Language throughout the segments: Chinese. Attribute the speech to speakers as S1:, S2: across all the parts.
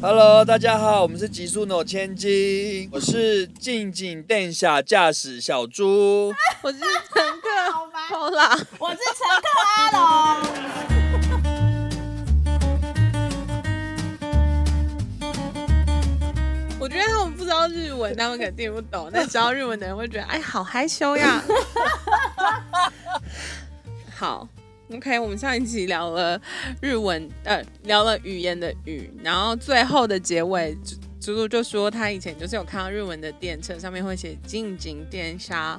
S1: Hello，大家好，我们是极速脑千金，我是静静殿下驾驶小猪。
S2: 我是乘客
S3: 好吧，
S2: 偷啦，
S3: 我是乘客阿龙。
S2: 我觉得他们不知道日文，他们肯定听不懂。但知道日文的人会觉得，哎，好害羞呀。好，OK，我们上一集聊了日文，呃，聊了语言的语，然后最后的结尾，猪猪猪就说他以前就是有看到日文的电车上面会写“静静电杀”，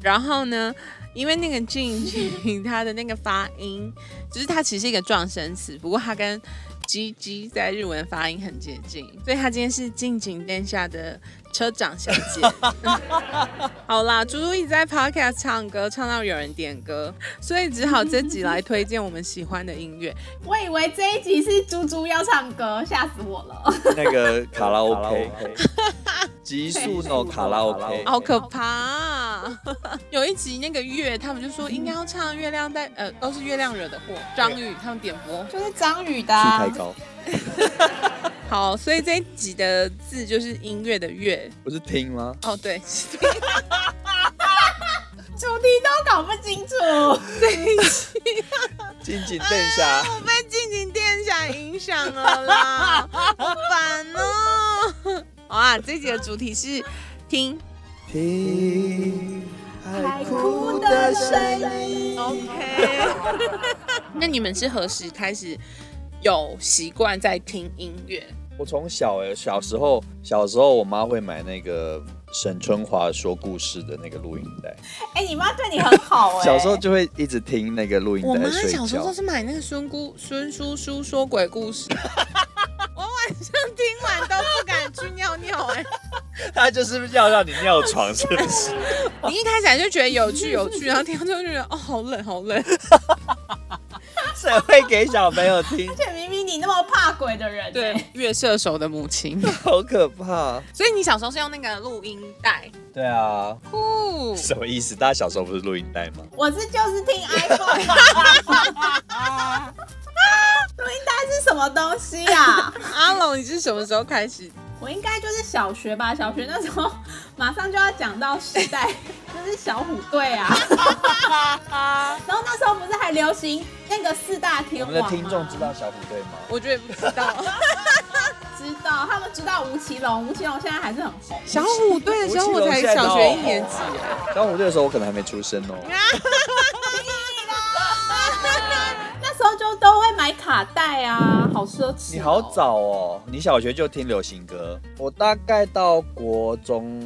S2: 然后呢，因为那个“静静”它的那个发音，就是它其实是一个撞声词，不过它跟鸡鸡在日文发音很接近，所以他今天是近景殿下的车长小姐。好啦，猪猪一直在 podcast 唱歌，唱到有人点歌，所以只好这集来推荐我们喜欢的音乐。
S3: 我以为这一集是猪猪要唱歌，吓死我了。
S1: 那个卡拉 OK，极速脑卡拉 OK，
S2: 好可怕、啊！有一集那个月，他们就说应该要唱《月亮代》，呃，都是月亮惹的祸。张宇他们点播，
S3: 就是张宇的、
S1: 气
S3: 啊
S1: 太，高，
S2: 好，所以这一集的字就是音乐的乐。
S1: 不是听吗？
S2: 哦，对，
S3: 主题都搞不清楚。
S1: 静静殿 下，
S2: 我被静静殿下影响了啦，好烦哦！好啊，这集的主题是听，
S1: 听海
S3: 哭的声
S1: 音。
S2: OK。那你们是何时开始有习惯在听音乐？
S1: 我从小哎、小时候，小时候我妈会买那个沈春华说故事的那个录音带，
S3: 哎、你妈对你很好 哎、
S1: 小时候就会一直听那个录音
S2: 我妈
S1: 带睡
S2: 小时候
S1: 觉
S2: 都。是买那个孙姑孙叔叔说鬼故事， 我晚上听完都不敢去尿尿哎、
S1: 她就是要让你尿床，是不是？
S2: 你一开始还就觉得有趣有趣，然后听到最后就觉得哦好冷好冷。
S1: 谁会给小朋友听
S3: 而？且明明你那么怕鬼的人、哎
S2: 对，月射手的母亲。
S1: 好可怕！
S2: 所以你小时候是用那个录音带，
S1: 对啊，
S2: 酷，
S1: 什么意思？大家小时候不是录音带吗？
S3: 我是就是 听 iPhone 的。录音带是什么东西 啊？
S2: 阿龙，你是什么时候开始？
S3: 我应该就是小学吧，小学那时候 马上就要讲到时 代，就是小虎队 啊。然后那时候不是还流行那个四大天
S1: 我
S3: 王
S1: 们
S3: 吗
S1: 的听众知道小虎队吗？
S2: 我觉得不知道。
S3: 知道，他们知道吴奇隆，吴奇隆现在还是很红。
S2: 小虎队的时候，我才小学一年级。
S1: 小虎队的时候，我可能还没出生哦。
S3: 那时候就都会买卡带啊，好奢侈、
S1: 你好，早哦，你小学就听流行歌。我大概到国中，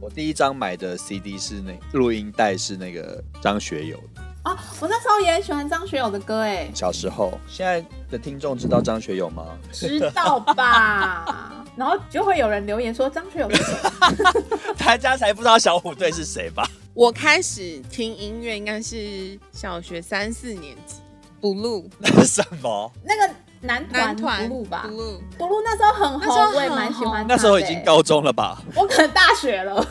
S1: 我第一张买的 CD 是那录音带是那个张学友的。
S3: 哦！我那时候也很喜欢张学友的歌， 哎，
S1: 小时候，现在的听众知道张学友吗？
S3: 知道吧？然后就会有人留言说张学友是谁，
S1: 大家才不知道小虎队是谁吧？
S2: 我开始听音乐应该是小学三四年级，Blue
S1: 那是什么？
S3: 那个男
S2: 男
S3: 团
S2: 团
S3: Blue 吧
S2: Blue
S3: ，Blue 那时候很
S2: 那时候
S3: 红，我也
S2: 很
S3: 蛮喜欢他的。欸
S1: 那时候已经高中了吧？
S3: 我可能大学了，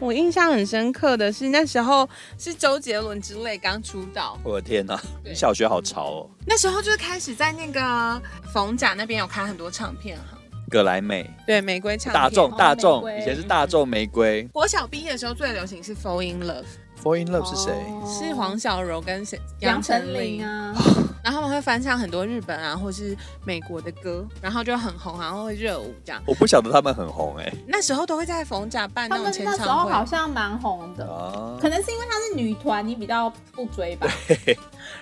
S2: 我印象很深刻的是那时候是周杰伦之类刚出道，
S1: 我的天哪、
S2: 对
S1: 你小学好潮哦！
S2: 那时候就是开始在那个逢甲那边有开很多唱片啊行，
S1: 葛莱美、
S2: 对，玫瑰唱片。
S1: 大众、
S3: 哦
S1: 大众
S3: 玫，瑰
S1: 以前是大众玫瑰。
S2: 国小毕业的时候最流行是 Fall in Love，
S1: Fall in Love 是谁？
S3: 哦
S2: 是黄小柔跟谁
S3: 杨丞
S2: 哦琳
S3: 琳。啊，
S2: 然后他们会翻唱很多日本啊或是美国的歌，然后就很红，然后会热舞这样。
S1: 我不晓得他们很红哎、
S2: 那时候都会在逢甲办那
S3: 他
S2: 种
S3: 们
S2: 签
S3: 那时
S2: 唱
S3: 候好
S2: 会，
S3: 像蛮红的。
S1: 啊
S3: 可能是因为她是女团，你比较不 追吧。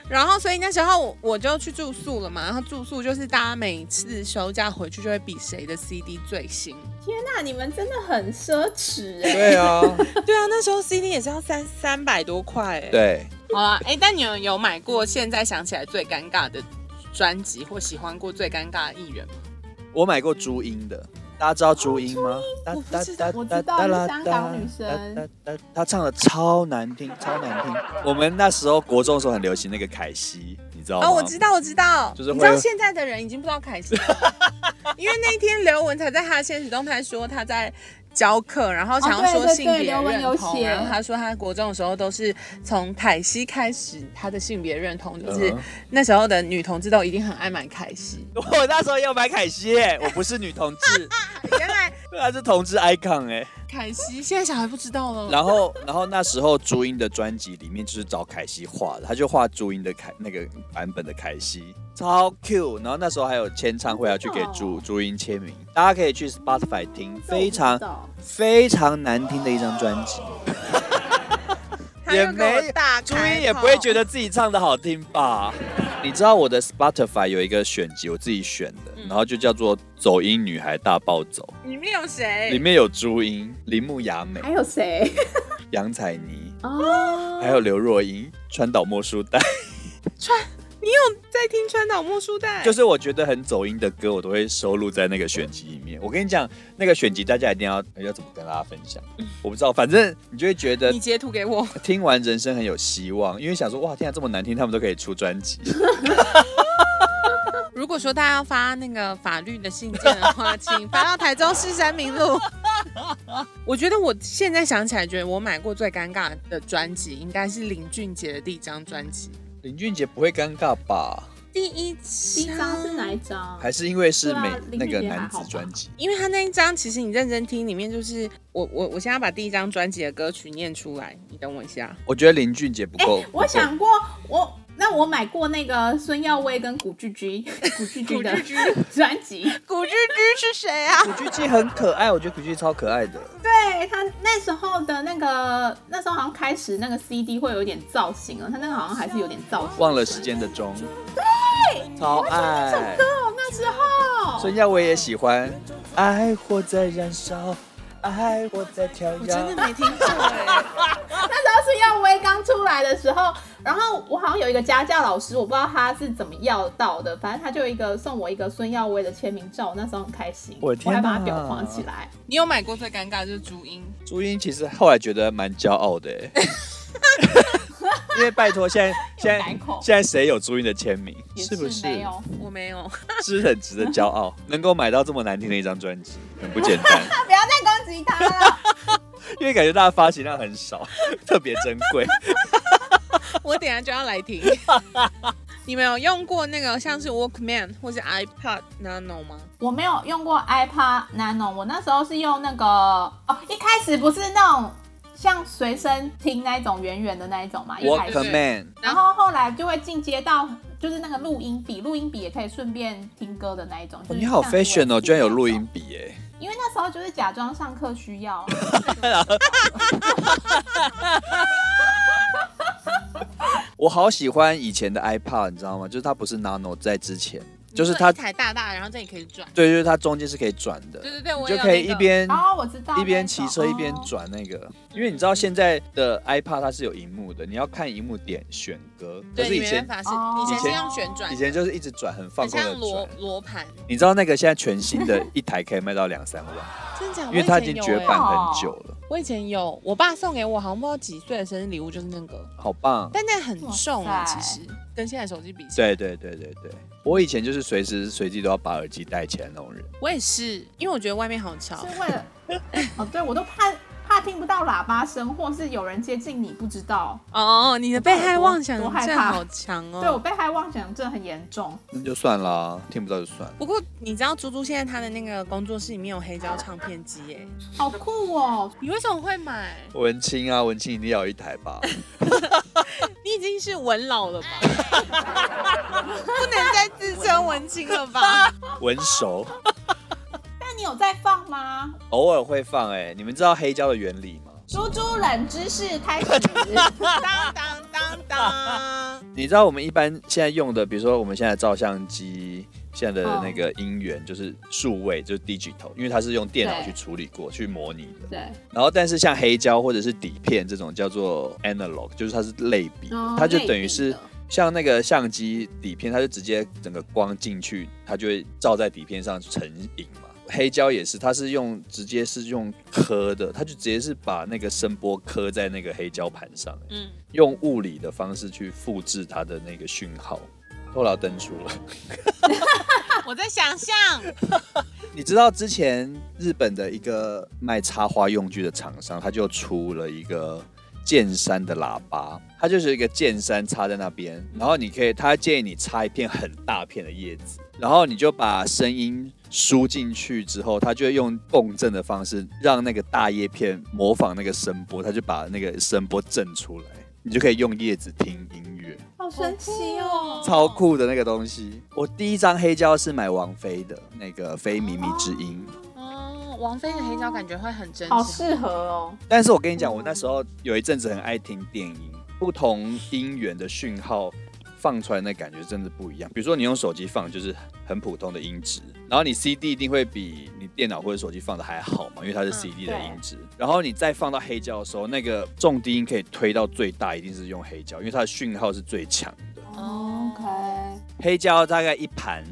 S2: 然后所以那时候我我就去住宿了嘛，然后住宿就是大家每次休假回去就会比谁的 CD 最新。
S3: 天呐，你们真的很奢侈哎、
S1: 对啊，
S2: 对啊，那时候 CD 也是要三三百多块哎。，
S1: 对，
S2: 好啦，哎，但你们有买过现在想起来最尴尬的专辑或喜欢过最尴尬的艺人吗？
S1: 我买过朱茵的，大家知道朱茵吗？哒
S2: 我不知道
S3: 我知道是香港女生，
S1: 哒哒她唱的超难听，超难听。我们那时候国中的时候很流行那个凯西，你知道吗？
S2: 哦，我知道，我知道，
S1: 就是
S2: 你
S1: 会
S2: 知道现 在的人已经不知道凯西了，因为那一天刘雯才在她的现实动态说她在教课，然后想要
S3: 哦
S2: 说
S3: 对对
S2: 性别
S3: 对刘文有
S2: 认同，
S3: 写
S2: 然后他说他国中的时候都是从凯西开始，他的性别认同就是
S1: 嗯哼
S2: 那时候的女同志都一定很爱买凯西。
S1: 我那时候要买凯西耶、我不是女同志，
S2: 原来
S1: 对啊，是同志 icon 哎、
S2: 凯西现在小孩不知道 了，
S1: 然后，然后那时候朱茵的专辑里面就是找凯西画的，他就画朱茵的凯那个版本的凯西，超 Q。然后那时候还有签唱会要去给朱朱茵签名，大家可以去 Spotify 听，非常非常难听的一张专辑，
S2: 他又给我
S1: 也没
S2: 大
S1: 朱
S2: 开
S1: 茵也不会
S2: 口
S1: 觉得自己唱的好听吧？你知道我的 Spotify 有一个选集，我自己选的，
S2: 嗯
S1: 然后就叫做《走音女孩大暴走
S2: 里面有》，
S1: 里
S2: 谁？
S1: 面有朱茵、铃木雅美、
S3: 还有谁？
S1: 杨采妮，
S3: 哦，
S1: 还有刘若英、川岛茉树代。
S2: 你有在听川岛茉树带？
S1: 就是我觉得很走音的歌，我都会收录在那个选集里面。我跟你讲，那个选集大家一定要要怎么跟大家分享？我不知道，反正你就会觉得
S2: 你截图给我，
S1: 听完人生很有希望，因为想说哇，天啊，这么难听，他们都可以出专辑。
S2: 如果说大家要发那个法律的信件的话，请发到台中市三民路。 我觉得我现在想起来，觉得我买过最尴尬的专辑应该是林俊杰的第一张专辑。
S1: 林俊杰不会尴尬吧？
S2: 第一
S3: 第一张是哪
S2: 张？
S3: 一张？
S1: 还是因为是
S3: 对啊
S1: 美、
S3: 林
S1: 那
S3: 俊杰
S1: 个
S3: 还
S1: 男
S3: 好
S1: 子
S3: 吧
S1: 专辑？
S2: 因为他那一张，其实你认真听，里面就是我我我现在把第一张专辑的歌曲念出来，你等我啊一 下。
S1: 我觉得林俊杰不够。不
S3: 哎我
S1: 够
S3: 想过，我那我买过那个孙耀威跟古巨 基、古巨基的
S2: 基，
S3: 专辑，
S2: 古巨基是谁啊？
S1: 古巨基很可爱，我觉得古巨基超可爱的。
S3: 对他那时候的那个，那时候好像开始那个 CD 会有点造型了，他那个好像还是有点造型。
S1: 忘了时间的钟，对，超爱。
S3: 哦，那时候
S1: 孙耀威也喜欢。爱火在燃烧，爱火在跳
S2: 我真
S1: 跃
S2: 的。没听过哎、
S3: 那时候是耀威刚出来的时候，然后我好像有一个家教老师，我不知道他是怎么要到的，反正他就有一个送我一个孙耀威的签名照，我那时候很开心，
S1: 我的天
S3: 还把
S1: 哪
S3: 它裱框起来。
S2: 你有买过最尴尬的就是朱茵，
S1: 朱茵其实后来觉得蛮骄傲的 欸，因为拜托，现在现在
S3: 改口
S1: 现在谁有朱茵的签名？
S3: 也
S1: 不是
S3: 是？没有，
S2: 我没有。
S1: 是很值得骄傲， 能够买到这么难听的一张专辑，很不简单，
S3: 那不要再攻击他了。
S1: 因为感觉大家发行量很少， 特别珍贵。
S2: 我等一下就要 来听。你们有用过那个像是 Walkman 或是 iPod Nano 吗？
S3: 我没有用过 iPad Nano，我那时候是用那个哦，一开始不是那种像随身听那一种圆圆的那 一种嘛，一开始。
S1: Walkman
S3: 然后后来就会进阶到就是那个录音笔，录音笔也可以顺便听歌的那一种。
S1: 哦你好 fashion 哦，居然有录
S3: 就是像我自己那
S1: 音
S3: 种，
S1: 笔欸耶！
S3: 因为那时候就是假装上课需要。
S1: 我好喜欢以前的 iPod，你知道吗？就是它不是 Nano，在之前就是它
S2: 一，台大大，然后这里可以转。
S1: 对，就是它中间是可以转的，
S2: 对对对，
S1: 你
S2: 我
S1: 就
S2: 有
S1: 可以一
S2: 那个
S1: 边
S3: 哦，我知道那种。
S1: 一边骑车一边
S3: 哦。
S1: 转那个，因为你知道现在的 iPad 它是有荧幕的，你要看荧幕点选歌，可
S2: 对，
S1: 是
S2: 你
S1: 以
S2: 没
S1: 前
S2: 办法
S3: 哦
S2: 是，以前是用旋转
S1: 以，前就是一直转，很放
S2: 很
S1: 空的
S2: 像罗
S1: 转。
S2: 罗盘，
S1: 你知道那个现在全新的一台可以卖到两三 万，
S2: 真假？
S1: 因为它已经绝版
S2: 我以前有欸
S1: 很久了，
S2: 我以前有，我爸送给我，好像不知道几岁的生日礼物就是那个，
S1: 好棒！
S2: 但那很重啊，
S3: 哇塞
S2: 其实跟现在手机比起来。
S1: 对对对对对，我以前就是随时随地都要把耳机戴起来那种人。
S2: 我也是，因为我觉得外面好吵
S3: 是。为了哦，对我都怕怕听不到喇叭声，或是有人接近你不知道。
S2: 哦，你的被害妄想
S3: 多害
S2: 症
S3: 怕
S2: 好强
S1: 嗯
S2: 哦。
S3: 对我被害妄想症很严重。
S1: 那就算啦，听不到就算。
S2: 不过你知道猪猪现在他的那个工作室里面有黑胶唱片机耶，
S3: 好酷哦！
S2: 你为什么会买？
S1: 文青啊，文青一定要有一台吧？
S2: 你已经是文老 了吧？不能再自称文青了吧？
S1: 文熟，
S3: 那你有在放吗？
S1: 偶尔会放哎、你们知道黑胶的原理吗？
S3: 猪猪冷知识开 始。
S2: 当当当当！
S1: 你知道我们一般现在用的，比如说我们现在照相机现在的那个音源就是数位，就是 digital，因为它是用电脑
S3: 对
S1: 去处理过、去模拟的。
S3: 对，
S1: 然后，但是像黑胶或者是底片这种叫做 analog，就是它是哦类比的，它就等于是像那个相机底片，它就直接整个光进去，它就会照在底片上成影嘛。黑胶也是，它是用直接是用刻的，它就直接是把那个声波刻在那个黑胶盘上、欸
S2: 嗯，
S1: 用物理的方式去复制它的那个讯号。后来登出了，
S2: 我在想象，
S1: 你知道之前日本的一个卖插花用具的厂商，他就出了一个剑山的喇叭，它就是一个剑山插在那边，然后你可以，他建议你插一片很大片的叶子，然后你就把声音输进去之后，它就会用共振的方式让那个大叶片模仿那个声波，它就把那个声波震出来，你就可以用叶子听音乐。
S3: 好神奇哦！
S1: 超酷的那个东西。我第一张黑胶是买王菲的那个《非靡靡之音》，
S2: 哦，王菲的黑胶感觉会很真
S3: 好
S2: 实。
S3: 适合哦。
S1: 但是我跟你讲，我那时候有一阵子很爱听电音，不同音源的讯号放出来那感觉真的不一样。比如说你用手机放就是很普通的音质，然后你 CD 一定会比你电脑或者手机放的还好嘛，因为它是 CD 的
S3: 对
S1: 音质。然后你再放到黑胶的时候，那个重低音可以推到最大，一定是用黑胶，因为它的讯号是最强的。
S2: 哦
S3: OK，
S1: 黑胶大概一盘，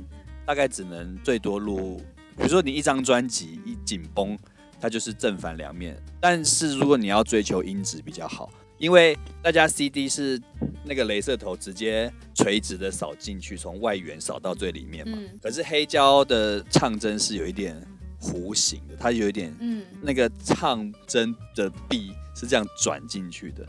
S1: 大概只能最多录，比如说你一张专辑一紧绷，它就是正反两面。但是如果你要追求音质比较好，因为大家 CD 是那个镭射头直接垂直的扫进去，从外缘扫到最里面嘛。
S2: 嗯
S1: 可是黑胶的唱针是有一点弧形的，它有一点
S2: 嗯，
S1: 那个唱针的臂是这样转进去的，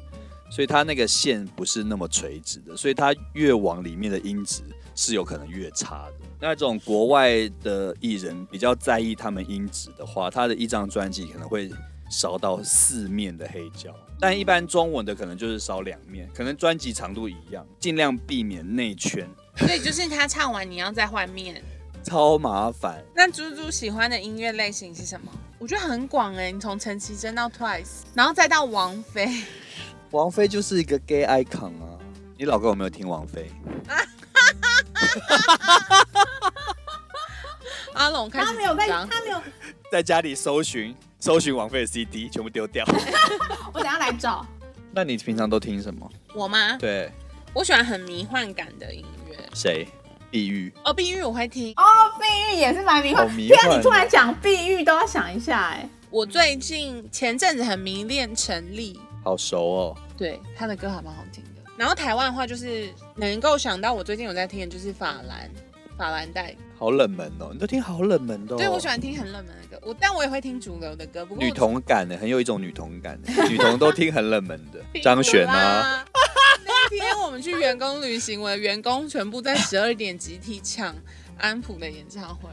S1: 所以它那个线不是那么垂直的，所以它越往里面的音质是有可能越差的。那种国外的艺人比较在意他们音质的话，他的一张专辑可能会烧到四面的黑胶，但一般中文的可能就是烧两面，可能专辑长度一样，尽量避免内圈，
S2: 所以就是他唱完你要再换面。
S1: 超麻烦。
S4: 那猪猪喜欢的音乐类型是什么？我觉得很广
S2: 欸
S4: 哎、你从陈绮贞到 Twice，然后再到王菲，
S1: 王菲就是一个 gay icon 啊！你老公有没有听王菲？
S4: 阿龙开始
S3: 他没有被，
S4: 紧张
S3: 他没有，
S1: 在家里搜寻搜寻王菲的 CD，全部丢掉。
S3: 我等下来找。
S1: 那你平常都听什么？
S2: 我吗？
S1: 对，
S2: 我喜欢很迷幻感的音乐。
S1: 谁？地狱。
S4: 哦，碧玉我会听。
S3: 哦，碧玉也是蛮迷幻
S1: 好，迷
S3: 天啊，
S1: 幻
S3: 你突然讲碧玉都要想一下哎。
S4: 我最近前阵子很迷恋陈粒，
S1: 好熟哦，
S4: 对他的歌还蛮好听的。然后台湾的话，就是能够想到我最近有在听的就是法兰，法兰黛。
S1: 好冷门哦，你都听好冷门的、哦。
S4: 对我喜欢听很冷门的歌，我但我也会听主流的歌。不过我
S1: 女童感欸呢，很有一种女童感呢，女童都听很冷门的， 张悬啊，
S4: 啦。那天我们去员工旅行，我的员工全部在十二点集体抢安普的演唱会，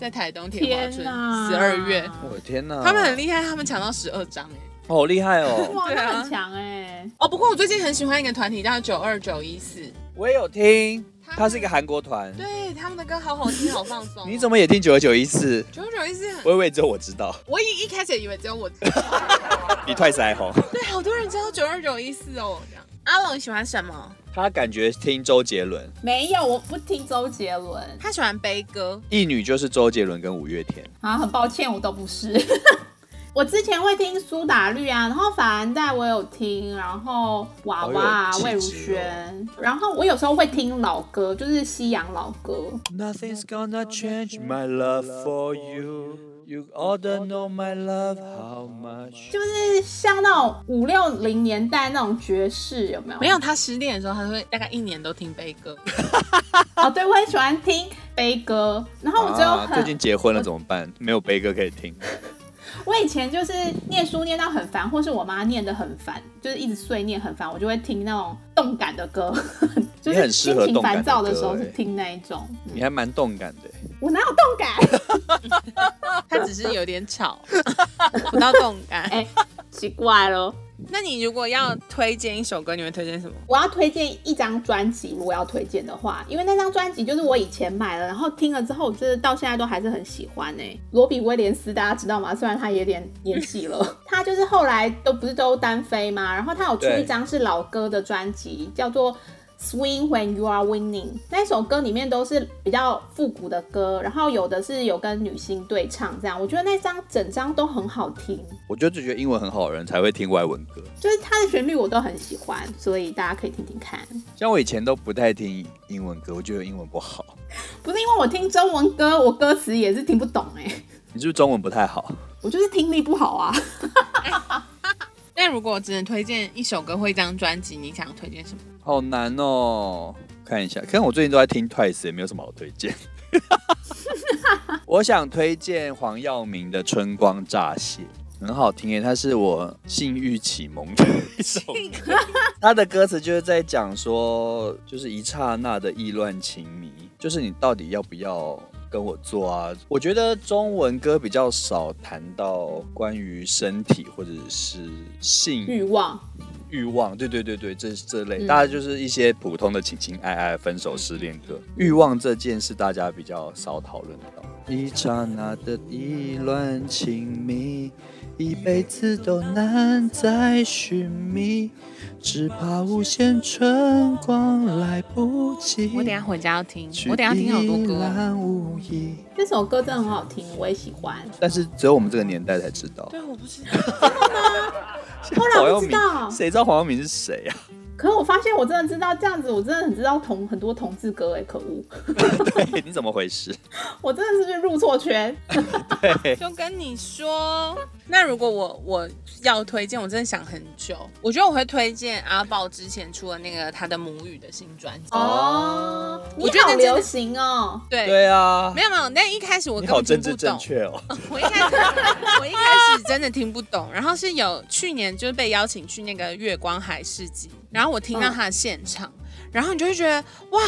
S4: 在台东铁花
S3: 天
S4: 村
S3: 哪，
S4: 十二月，
S1: 我的天哪，
S4: 他们很厉害，他们抢到十二张哎。
S1: 哦好厉害哦。
S3: 哇，
S4: 对啊
S3: 他很强哎。
S4: 哦，不过我最近很喜欢一个团体叫九二九一四，
S1: 我也有听，
S4: 他
S1: 他是一个韩国团。
S4: 对他们的歌好好听，好放松哦。
S1: 你怎么也听九九一四？
S4: 九二九一四很？
S1: 我以为只有我知道，
S4: 我一一开始以为只有我知道，
S1: 比泰还红。
S4: 对，好多人知道九二九一四哦。这样，
S2: 阿龙喜欢什么？
S1: 他感觉听周杰伦，
S3: 没有，我不听周杰伦
S4: 他喜欢悲歌，
S1: 一女就是周杰伦跟五月天。
S3: 啊，很抱歉，我都不是。 我之前会听苏打绿啊，然后法兰黛我有听，然后娃娃啊
S1: 好、有
S3: 魏如
S1: 气质哦
S3: 萱，然后我有时候会听老歌，就是西洋老歌。
S1: Nothing's gonna change my love for you. You all don't know my love how much.
S3: 就是像那种五六零年代那种爵士，有没有？
S4: 没有他失恋的时候，他会大概一年都听悲歌。
S3: 哦，对，我很喜欢听悲歌，然后我就
S1: 啊，
S3: 很，
S1: 最近结婚了怎么办？没有悲歌可以听。
S3: 我以前就是念书念到很烦，或是我妈念的很烦，就是一直碎念很烦，我就会听那种动感的歌， 就
S1: 你很
S3: 是
S1: 适
S3: 心
S1: 合
S3: 情
S1: 动感的
S3: 烦躁的
S1: 歌
S3: 时候是
S1: 欸
S3: 听那一种。嗯
S1: 你还蛮动感的。
S3: 我哪有动感？
S4: 他只是有点吵， 不到动感。
S3: 哎、奇怪了，
S4: 那你如果要推荐一首歌，你会推荐什么？
S3: 我要推荐一张专辑，如果要推荐的话，因为那张专辑就是我以前买了，然后听了之后，我真的到现在都还是很喜欢哎、罗比威廉斯大家知道吗？虽然他也点年纪了，他就是后来都不是都单飞嘛，然后他有出
S1: 对
S3: 一张是老歌的专辑，叫做。Swing when you are winning 那首歌里面都是比较复古的歌，然后有的是有跟女星对唱，这样我觉得那张整张都很好听。
S1: 我就只觉得英文很好的人才会听外文歌，
S3: 就是它的旋律我都很喜欢，所以大家可以听听看。
S1: 像我以前都不太听英文歌，我觉得英文不好。
S3: 不是因为我听中文歌，我歌词也是听不懂哎、
S1: 你是不是中文不太好？
S3: 我就是听力不好啊。
S4: 那如果只能推荐一首歌或一张专辑，你想推荐什么？
S1: 好难哦。看一下，可能我最近都在听 Twice，也没有什么好推荐。我想推荐黄耀明的《春光乍泄》，很好听耶，它是我性欲启蒙的一首歌。 它的歌词就是在讲说，就是一刹那的意乱情迷，就是你到底要不要跟我做啊？我觉得中文歌比较少谈到关于身体或者是性
S3: 欲望，
S1: 欲望，对对对对，这这类，
S3: 嗯
S1: 大家就是一些普通的情情爱爱、分手、失恋歌。欲望这件事，大家比较少讨论到。一刹那的意乱情迷，一辈子都难再寻觅，只怕无限春光来不及。
S4: 我等一下回家要听，我等一下听好多歌。哦
S1: 无意，
S3: 这首歌真的很好听，我也喜欢。
S1: 但是只有我们这个年代才知道。
S2: 对，我不知道。
S1: 后
S3: 来我不知道
S1: 谁知道黄耀明是谁 啊？
S3: 可是我发现我真的知道这样子，我真的很知道同很多同志歌哎、可恶，
S1: 对，你怎么回事？
S3: 我真的是不是入错圈？
S2: 就跟你说，那如果我我要推荐，我真的想很久，我觉得我会推荐阿豹之前出的那个他的母语的新专辑。
S1: 哦
S3: 你
S2: 我觉得
S3: 好
S2: 真的
S3: 流行哦，
S2: 对，
S1: 对啊
S2: 没，有没有，那一开始我
S1: 你
S2: 根
S1: 好
S2: 本听
S1: 政
S2: 不
S1: 治正
S2: 懂，
S1: 确 哦。
S2: 我一开始我一开始真的听不懂，然后是有去年就是被邀请去那个月光海市集，然后我听到他的现场，然后你就会觉得哇，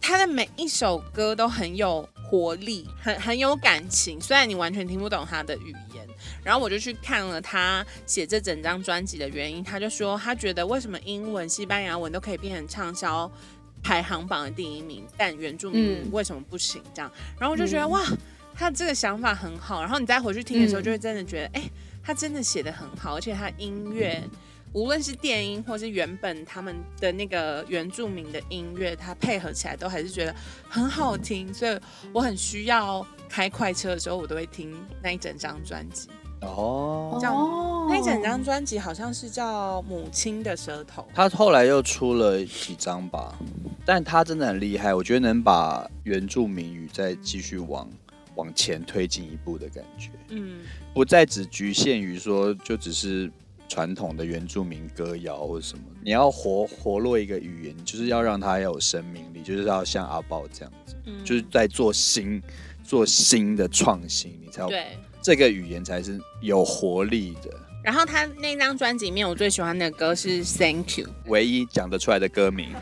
S2: 他的每一首歌都很有活力，很很有感情，虽然你完全听不懂他的语言。然后我就去看了他写这整张专辑的原因，他就说他觉得为什么英文、西班牙文都可以变成畅销排行榜的第一名，但原住民
S3: 嗯
S2: 为什么不行？这样，然后我就觉得、哇，他这个想法很好。然后你再回去听的时候，
S3: 嗯
S2: 就会真的觉得，哎、他真的写的很好，而且他音乐。无论是电音或是原本他们的那个原住民的音乐，它配合起来都还是觉得很好听，所以我很需要开快车的时候，我都会听那一整张专辑。
S1: 哦
S2: 这样
S3: 哦
S2: 那一整张专辑好像是叫《母亲的舌头》，
S1: 他后来又出了几张吧，但他真的很厉害，我觉得能把原住民语再继续往往前推进一步的感觉，
S2: 嗯，
S1: 不再只局限于说就只是传统的原住民歌谣或者什么，你要活活络一个语言，就是要让它有生命力，就是要像阿宝这样子，
S2: 嗯
S1: 就是在做新做新的创新，你才有
S2: 对。
S1: 这个语言才是有活力的。
S2: 然后他那张专辑里面，我最喜欢的歌是《Thank You
S1: 唯一讲得出来的歌名，》，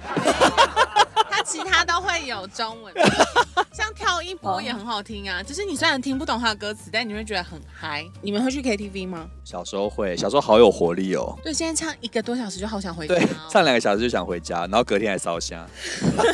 S2: 他其他都会有中 文，像《跳一波》也很好听啊。就是你虽然听不懂他的歌词，但你会觉得很嗨。你们会去 KTV 吗？
S1: 小时候会，小时候好有活力哦。
S2: 对，现在唱一个多小时就好想回家、
S1: 对，
S2: 哦，
S1: 唱两个小时就想回家，然后隔天还烧香，
S2: 那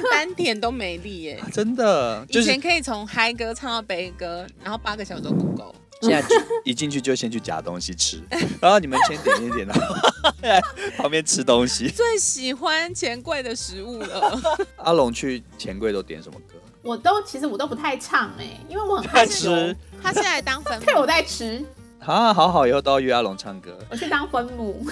S2: 个单点都没力耶。
S1: 真的就
S2: 以
S1: 是
S2: 前可以从嗨歌唱到悲歌，然后八个小时都不够。
S1: 现在就一进去就先去夹东西 吃，然后你们先点一点，然后 旁边吃东西。
S2: 最喜欢钱柜的食物 了。
S1: 阿龙去钱柜都点什么歌？
S3: 我都其实我都不太唱哎、因为我很害
S1: 在
S3: 羞，
S1: 吃
S2: 他是来当粉
S3: 对，
S2: 母
S3: 我在吃，
S1: 啊，好好，以后都要约阿龙唱歌。
S3: 我去当分母。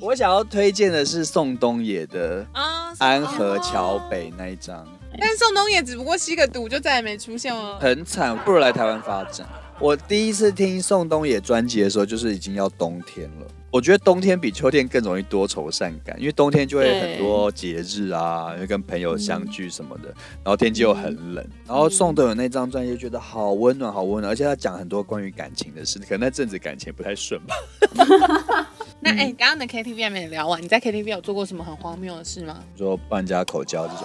S1: 我想要推荐的是宋冬野的《
S2: 啊，
S1: 安河桥北》那一张，
S2: 但宋冬野只不过吸个毒就再也没出现哦。
S1: 很惨，不如来台湾发展。我第一次听宋冬野专辑的时候，就是已经要冬天了。我觉得冬天比秋天更容易多愁善感，因为冬天就会很多节日啊，会跟朋友相聚什么的，然后天气又很冷。然后宋冬野那张专辑就觉得好温暖，好温暖，而且他讲很多关于感情的事，可能那阵子感情不太顺吧。
S2: 那哎，刚刚的 KTV 还没聊完，你在 KTV 有做过什么很荒谬的事吗？
S1: 说帮人家口交这种，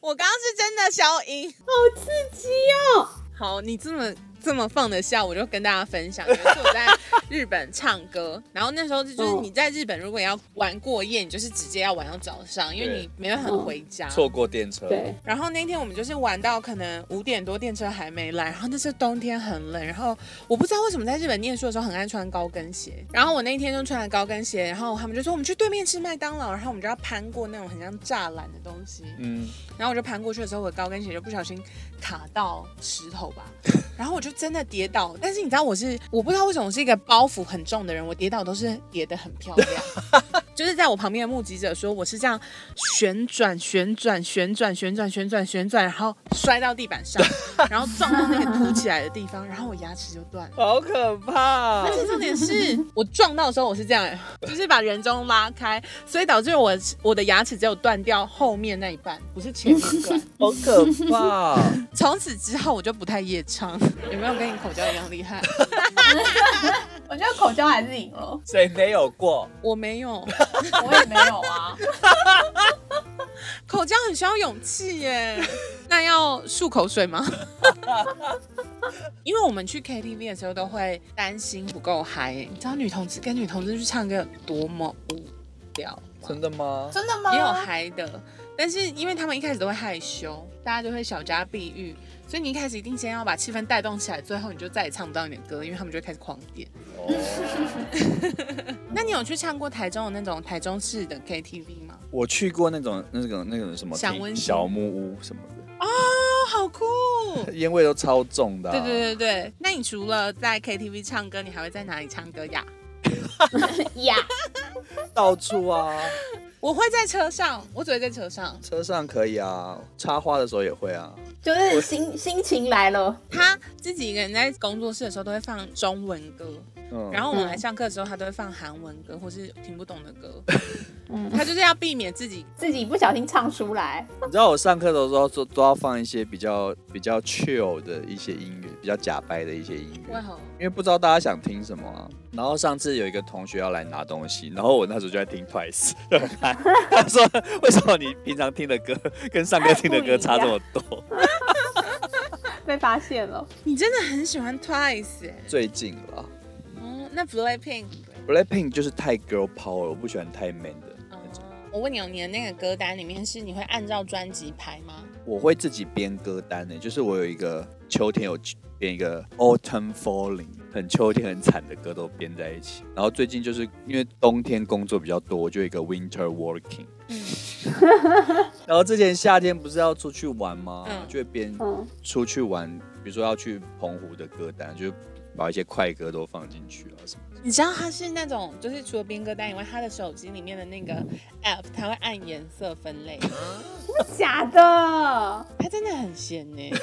S2: 我刚刚是真的消音。
S3: 好刺激哦！
S2: 好，你这么这么放得下，我就跟大家分享。有一次 我在日本唱歌，然后那时候就是
S3: 嗯
S2: 你在日本如果要玩过夜，你就是直接要玩到早上，因为
S1: 对
S2: 你没办法
S3: 嗯
S2: 回家。
S1: 错过电车，
S3: 对，
S2: 然后那天我们就是玩到可能五点多，电车还没来。然后那是冬天很冷，然后我不知道为什么在日本念书的时候很爱穿高跟鞋。然后我那一天就穿了高跟鞋，然后他们就说我们去对面吃麦当劳，然后我们就要攀过那种很像栅栏的东西。
S1: 嗯，
S2: 然后我就攀过去的时候，我的高跟鞋就不小心卡到石头吧， 然后我就真的跌倒。但是你知道我是我不知道为什么我是一个包袱很重的人，我跌倒都是跌得很漂亮，就是在我旁边的目击者说，我是这样旋转、旋转、旋转、旋转、旋转、旋转，然后摔到地板上，然后撞到那个凸起来的地方，然后我牙齿就断了。
S4: 好可怕
S2: 而！且重点是我撞到的时候我是这样，就是把人中拉开，所以导致我我的牙齿只有断掉后面那一半，不是前面断。
S1: 好可怕！
S2: 从此之后我就不太夜唱，有没有跟你口交一样厉害？
S3: 我觉得口交还是赢了，
S1: 谁没有过？
S2: 我没有，
S3: 我也没有啊。
S2: 口交很需要勇气 耶。那要漱口水吗？ 因为我们去 KTV 的时候都会担心不够嗨，你知道女同志跟女同志去唱歌有多么无聊吗？
S1: 真的吗？
S3: 真的吗？
S2: 也有嗨的，但是因为他们一开始都会害羞，大家就会小家碧玉，所以你一开始一定先要把气氛带动起来，最后你就再也唱不到你的歌，因为他们就会开始狂点。
S1: 哦，
S2: 那你有去唱过台中的那种台中市的 KTV 吗？
S1: 我去过那种那种那种什么
S2: 小
S1: 亭
S2: 温馨
S1: 小木屋什么的，
S2: 哦，好酷！
S1: 烟味都超重的啊、
S2: 对对对对，那你除了在 KTV 唱歌，你还会在哪里唱歌呀？
S3: 呀，
S1: 到处啊，
S2: 我会在车上，我只会在车上。
S1: 车上可以啊，插花的时候也会啊。
S3: 就是心心情来了，
S2: 他自己一个人在工作室的时候都会放中文歌，
S1: 嗯，
S2: 然
S1: 后
S2: 后我们来上课的时候，他都会放韩文歌或是听不懂的 歌。
S3: 嗯
S2: 他就是要避免自己
S3: 自己不小心唱出 来，
S1: 你知道我上课的时候都都要放一些比较比较 chill 的一些音乐，比较假掰的一些音乐
S2: 为。何
S1: 因为不知道大家想听什么啊。然后上次有一个同学要来拿东西，然后我那时候就在听 Twice，就很嗨他说为什么你平常听的歌跟上课听的歌差这么多？
S3: 被发现了。
S2: 你真的很喜欢 Twice 哎、
S1: 最近啦
S2: 哦，那 Blackpink。
S1: ，Blackpink 就是太 girl power，我不喜欢太 man 的那
S2: 哦
S1: 种。
S2: 我问你哦，你的那个歌单里面是你会按照专辑排吗？
S1: 我会自己编歌单呢、就是我有一个秋天有编一个 Autumn Falling，很秋天很惨的歌都编在一起。然后最近就是因为冬天工作比较多，我就有一个 Winter Working。然后之前夏天不是要出去玩吗？
S2: 嗯
S1: 就会编
S3: 嗯，
S1: 出去玩，比如说要去澎湖的歌单，就把一些快歌都放进去啊什么的。
S2: 你知道他是那种，就是除了编歌单以外，他的手机里面的那个 app，他会按颜色分类，
S3: 假的，
S2: 他真的很闲呢。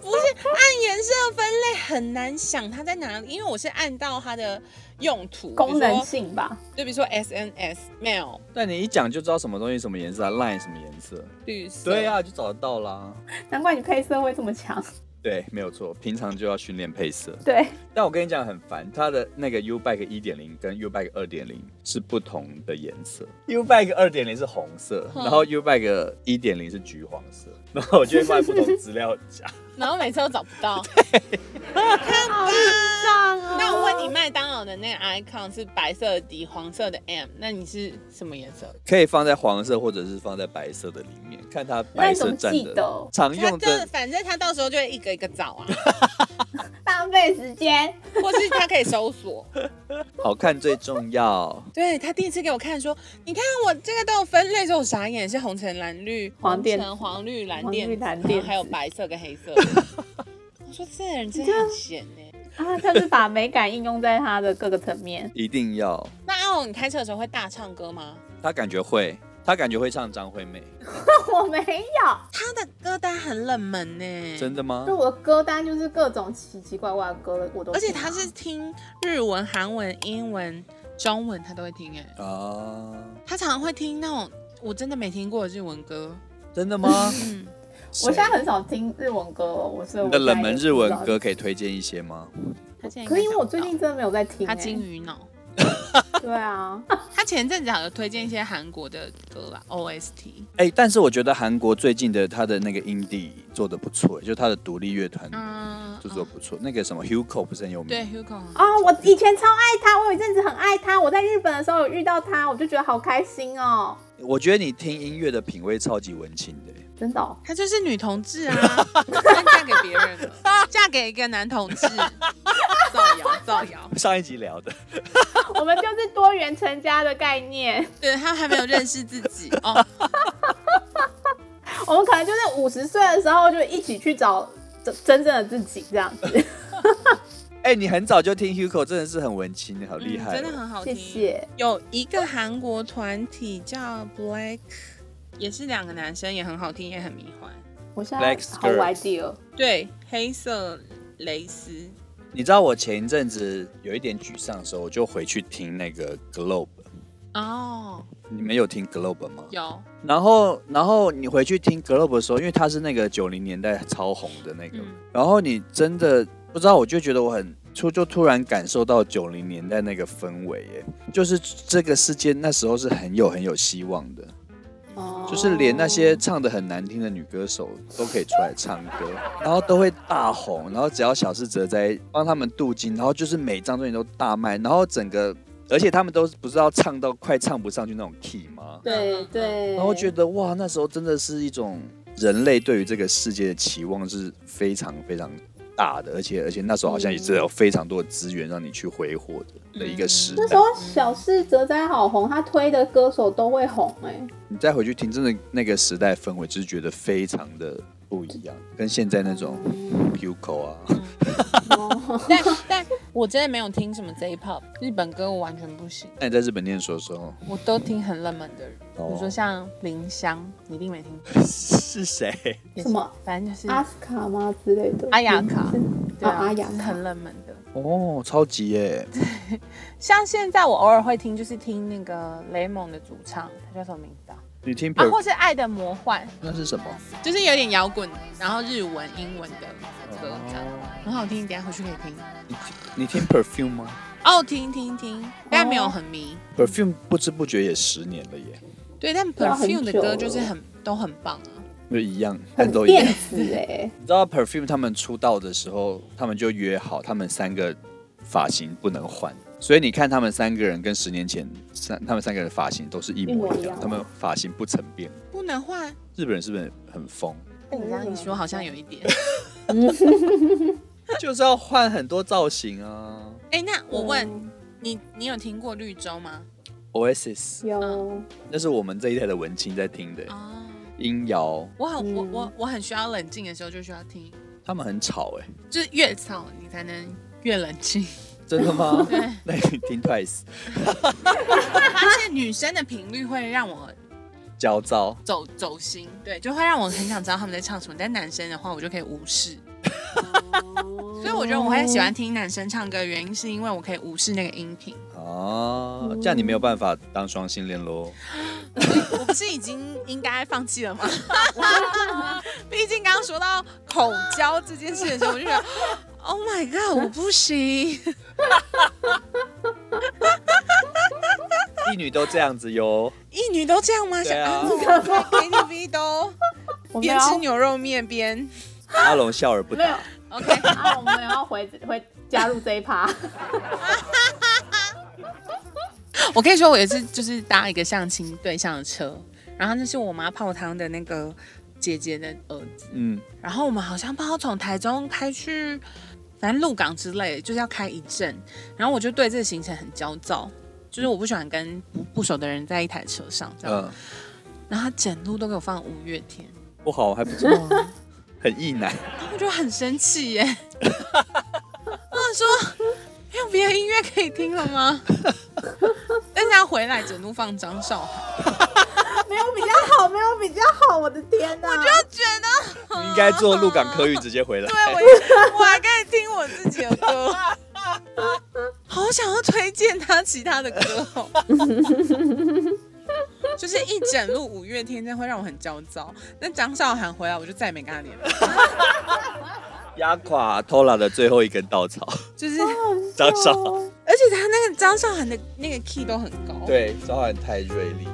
S2: 不是按颜色分类很难想他在哪里，因为我是按到它的用途，
S3: 功
S2: 比
S3: 能
S2: 如说
S3: 性吧。
S2: 就比如说 SNS mail
S1: 但你一讲就知道什么东西什么颜色啊，line 什么颜色。
S2: 绿色，
S1: 对啊，就找得到啦。
S3: 难怪你配色会这么强。
S1: 对，没有错，平常就要训练配色。
S3: 对，
S1: 但我跟你讲很烦，它的那个 U Bike 一点零跟 U Bike 二点零是不同的颜色。U Bike 二点零是红色，
S2: 嗯
S1: 然后 U Bike 一点零是橘黄色。然后我就会放在不同资料夹。
S2: 然后每次都找不 到。
S3: 好智障 啊！
S2: 那我问你，麦当劳的那个 icon 是白色的底，黄色的 M，那你是什么颜色？
S1: 可以放在黄色或者是放在白色的里面，看它
S3: 那
S1: 白
S3: 你怎
S1: 色
S3: 么
S1: 占
S3: 记
S1: 的
S3: 得？
S1: 常
S2: 他
S1: 用
S2: 这
S1: 的。
S2: 反正他到时候就会一个一个找啊，
S3: 浪费时间，
S2: 或是他可以搜索。
S1: 好看最重要。
S2: 对他第一次给我看说，你看我这个都有分类，的时候我傻眼，是红橙蓝绿、
S3: 黄靛
S2: 红橙黄绿蓝
S3: 黄绿
S2: 靛，
S3: 蓝靛
S2: 然后还有白色跟黑 色。我说这人真的很闲呢、
S3: 啊，他是把美感应用在他的各个层面。
S1: 一定要。
S2: 那阿勇，你开车的时候会大唱歌吗？
S1: 他感觉会，他感觉会唱张惠妹，
S3: 我没有，
S2: 他的歌单很冷门呢、
S3: 嗯
S1: 真的吗
S3: 就？我的歌单就是各种奇奇怪怪的歌，我都听啊。
S2: 而且他是听日文、韩文、英文、中文，他都会听哎、
S1: 啊，
S2: 他常常会听那种我真的没听过的日文歌。
S1: 真的吗？
S2: 嗯，
S1: 谁
S3: 我现在很少听日文歌了，我是
S1: 你的冷门日文歌，可以推荐一些吗？
S2: 他现在应该
S3: 可是因为我
S2: 找不
S3: 最
S2: 到嗯
S3: 近真的没有在听、
S2: 他
S3: 欸。
S2: 金鱼脑，
S3: 对啊，
S2: 他前阵子好像推荐一些韩国的歌啦，OST。
S1: 哎、但是我觉得韩国最近的他的那个 indie 做的不错，就他的独立乐团
S2: 嗯，
S1: 就做得不错。那个什么 Hugo 不是很有名？
S2: 对 Hugo，
S3: 哦，我以前超爱他，我有一阵子很爱他。我在日本的时候有遇到他，我就觉得好开心哦，
S1: 我觉得你听音乐的品味超级文青的、欸
S3: 真 的哦、
S2: 她就是女同志 啊，她嫁给别人了， 嫁给一个男同志， 造谣造谣。
S1: 上一集聊的，
S3: 我们就是多元成家的概念，
S2: 对她还没有认识自己哦，
S3: 我们可 能
S2: 嗯
S3: 就是五十岁的时候就一起去找真真正的自己这样子。
S1: 哎，你很早就听 Hugo，真的是很文青，好厉害哦、
S2: 嗯真的很好
S3: 谢
S2: 听。
S3: 谢。
S2: 有一个韩国团体叫 Black，也是两个男生，也很好听，也很迷幻。
S3: 我现在
S1: Black
S3: 毫无
S1: skirt
S3: idea。
S2: 对，黑色蕾丝。
S1: 你知道我前一阵子有一点沮丧的时候，我就回去听那个 Globe。
S2: 哦，
S1: 你们有听 Globe 吗？
S2: 有，
S1: 然后，然后你回去听 Globe 的时候，因为它是那个九零年代超红的那个，
S2: 嗯
S1: 然后你真的不知道，我就觉得我很突，就突然感受到九零年代那个氛围，耶，就是这个世界那时候是很有很有希望的，
S3: 哦
S1: 就是连那些唱的很难听的女歌手都可以出来唱歌，然后都会大红，然后只要小四哲在帮他们镀金，然后就是每张专辑都大卖，然后整个，而且他们都不知道唱到快唱不上去那种 key 吗？
S3: 对对，
S1: 然后觉得哇，那时候真的是一种人类对于这个世界的期望是非常非常大的，而且而且那时候好像也
S3: 嗯
S1: 是有非常多的资源让你去挥霍的的一个时
S3: 那时
S1: 代。
S3: 候小四哲哉好红，他推的歌手都会红哎、
S1: 你再回去听，真的那个时代氛围就是觉得非常的不一样，跟现在那种 Hugo 啊，
S3: 嗯哦，
S2: 但但我真的没有听什么 J-pop，日本歌我完全不行，
S1: 那你在日本念书的时 候，
S2: 我都听很冷门的人，比
S1: 哦
S2: 如说像林湘，你一定没听过，
S1: 是谁？
S2: 也是
S3: 什么
S2: 反正就是
S3: 阿斯卡吗之类的？
S2: 嗯阿雅卡
S3: 是
S2: 对
S3: 啊阿雅
S2: 就是
S3: 卡
S2: 很冷门的。
S1: 哦，超级耶！
S2: 像现在我偶尔会听，就是听那个雷蒙的主唱，他叫什么名字啊？
S1: 你听
S2: 啊，
S1: per
S2: 或是《爱的魔幻
S1: 那是什么？》，
S2: 就是有点摇滚，然后日文、英文的歌，这样很好听，等一下回去可以听。
S1: 你听 Perfume 吗
S2: 哦，听听听，但没有很迷。
S1: ？Perfume 不知不觉也十年了耶，
S2: 对，但
S3: 啊很
S2: Perfume 的歌
S3: 久
S2: 就是
S3: 了
S2: 很都很棒啊。
S1: 就一样，但
S3: 很
S1: 都一样
S3: 电。子哎、
S1: 你知道 Perfume 他们出道的时候，他们就约好他们三个发型不能换，所以你看他们三个人跟十年前三他们三个人的发型都是一模一
S3: 一模一
S1: 样，
S3: 样
S1: 他们发型不曾变。
S2: 不能换，
S1: 日本人是不是很疯？
S2: 被你这样一说，好像有一点。
S1: 就是要换很多造型啊。
S2: 哎、那
S3: 嗯
S2: 我问你，你有听过绿洲吗？
S1: Oasis，
S3: 有
S1: 那是我们这一代的文青在听的
S2: 哦，
S1: 音摇，
S2: 我很我
S3: 嗯
S2: 我我很需要冷静的时候就需要听，
S1: 他们很吵哎、
S2: 就是越吵你才能越冷静。
S1: 真的吗？
S2: 对，
S1: 那你听 Twice，
S2: 而且女生的频率会让我
S1: 焦躁。
S2: 走走心，对，就会让我很想知道他们在唱什么。但男生的话，我就可以无视。 所以我觉得我会喜欢听男生唱歌，原因是因为我可以无视那个音频。
S1: 哦，这样你没有办法当双性恋喽。
S2: 我不是已经应该放弃了吗？ 毕竟刚刚说到口交这件事的时候，我就觉得，Oh my god，我不行。
S1: 一女都这样子哟。
S2: 一女都这样吗？
S1: 对啊
S2: 像安总开 KTV 都
S3: 我们
S2: 边吃
S3: 要
S2: 牛肉面 边
S1: 阿龙笑而不
S3: 没有
S1: 答。
S2: OK。
S3: 啊？我们要回回加入这一 趴，
S2: 我可以说，我也是就是搭一个相亲对象的车，然后那是我妈泡汤的那个姐姐的儿子，
S1: 嗯，
S2: 然后我们好像不知道从台中开去，反正鹿港之类，就是要开一阵，然后我就对这个行程很焦躁。就是我不喜欢跟不不熟的人在一台车上这样，
S1: 嗯，
S2: 然后他整路都给我放五月天，
S1: 不好，还不错，很意难。
S2: 然后我就很生气耶，我想说没有别的音乐可以听了吗？ 但是他回来整路放张韶涵，
S3: 没有比较好，没有比较好，我的天哪、我觉得
S2: 我觉得
S1: 你应该坐鹿港客运直接回来。
S2: 对，我啊也我还可以听我自己的歌，好想要推荐他其他的歌哦。 就是一整路五月天，真的会让我很焦躁。那张韶涵回来，我就再也没跟他联络。
S1: 压垮 Tola 的最后一根稻草，
S2: 就是，
S3: 哦
S1: 张韶涵。
S2: 而且他那个张韶涵的那个 key 都很高。，
S1: 对，昭涵太锐利。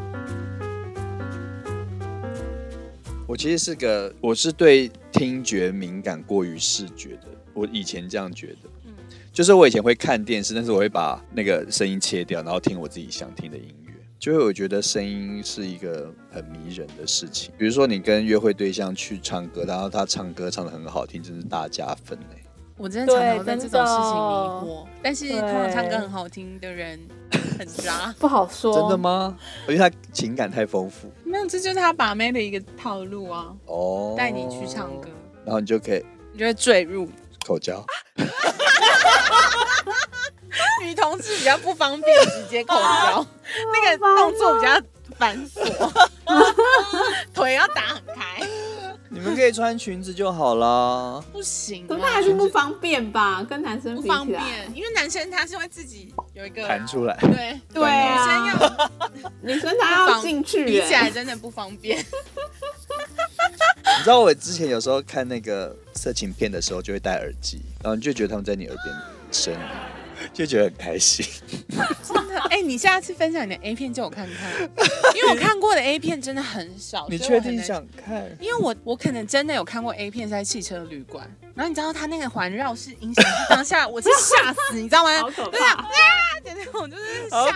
S1: 我其实是个，我是对听觉敏感过于视觉的。我以前这样觉得，
S2: 嗯
S1: 就是我以前会看电视，但是我会把那个声音切掉，然后听我自己想听的音乐。就会我觉得声音是一个很迷人的事情。比如说你跟约会对象去唱歌，然后他唱歌唱的很好听，真是大加分哎、
S2: 我真的常常
S3: 对
S2: 被这
S3: 真
S2: 种
S3: 的
S2: 事情迷惑。但是
S3: 对
S2: 通常唱歌很好听的人很渣。
S3: 不好
S2: 哦
S3: 说，
S1: 真的？吗？因为他情感太丰富
S2: 没有，这就是他把妹的一个套路啊，
S1: 哦。
S2: 带你去唱歌，
S1: 然后你就可以
S2: 你就会坠入
S1: 口交。
S2: 女同志比较不方便直接口交， 那个动作比较繁琐， 腿要打很开，
S1: 你们可以穿裙子就好啦。
S2: 不行
S3: 可是他
S2: 啊
S3: 还，是不方便吧，跟男生
S2: 不
S3: 比
S2: 方
S3: 起
S2: 便
S3: 来，，
S2: 因为男生他是会自己有一个
S1: 弹出来，
S2: 对，
S3: 对啊，
S2: 女生要
S3: 女生她要进去
S2: 比起来
S3: 耶，
S2: 真的不方便。
S1: 你知道我之前有时候看那个色情片的时候，就会戴耳机，然后你就觉得他们在你耳边声音，就觉得很开心。
S2: 真 的，哎、你下次分享你的 A 片借我看看， 因为我看过的 A 片真的很少。
S1: 你
S2: 所以
S1: 确
S2: 我很
S1: 定
S2: 难？
S1: 想看？
S2: 因为我我可能真的有看过 A 片是在汽车旅馆，然后你知道它那个环绕式音响，当下我是吓死，你知 道吗？
S3: 好可
S2: 对啊，
S3: 怕。
S2: 啊，对对，我就是吓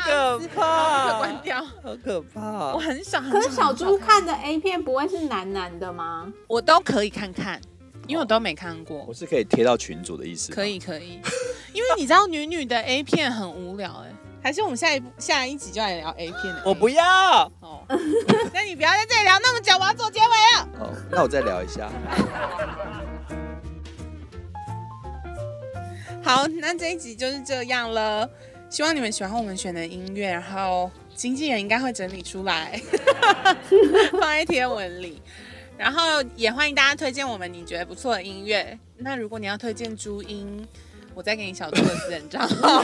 S2: 死，
S1: 怕
S2: 就关，掉。
S1: 好可怕
S2: 我！很少，
S3: 可
S2: 很
S3: 是
S2: 少
S3: 小
S2: 很少
S3: 猪
S2: 看
S3: 看的 A 片不会是男男的吗？
S2: 我都可以看看，因为我都没看
S1: 我
S2: 过。
S1: 是可以贴到群主的意思吗，
S2: 可以可以， 因为你知道女女的 A 片很无聊哎、还是我们下一步下一集就来聊 A 片的 A 片。
S1: 我不要。
S2: 哦，那你不要在这里聊那么久，我要做结尾了。
S1: 哦，那我再聊一下。
S2: 好，那这一集就是这样了，希望你们喜欢我们选的音乐，然后经纪人应该会整理出来， 放在贴文里。然后也欢迎大家推荐我们你觉得不错的音乐。那如果你要推荐朱音，我再给你小猪的私人账号，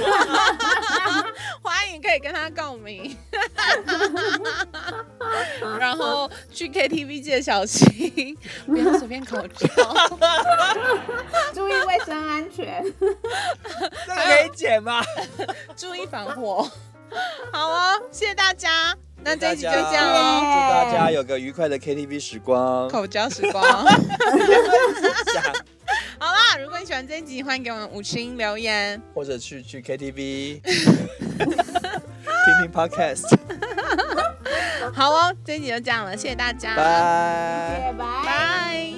S2: 欢迎可以跟他共鸣。 然后去 KTV 借小心，不要随便口罩。
S3: 注意卫生安全。
S1: 这个可以剪吗？
S2: 注意防火。 好哦，谢谢大家，那这一集就这样
S1: 大
S2: 喽，
S1: 家祝大家有个愉快的 KTV 时光。
S2: 口交 时光。好啦，如果你喜欢这一集，欢迎给我们五星留言。
S1: 或者去去 KTV，听听 Podcast，
S2: 好哦，这一集就这样了，谢谢大家，
S1: 拜。
S3: 拜拜。
S2: 拜。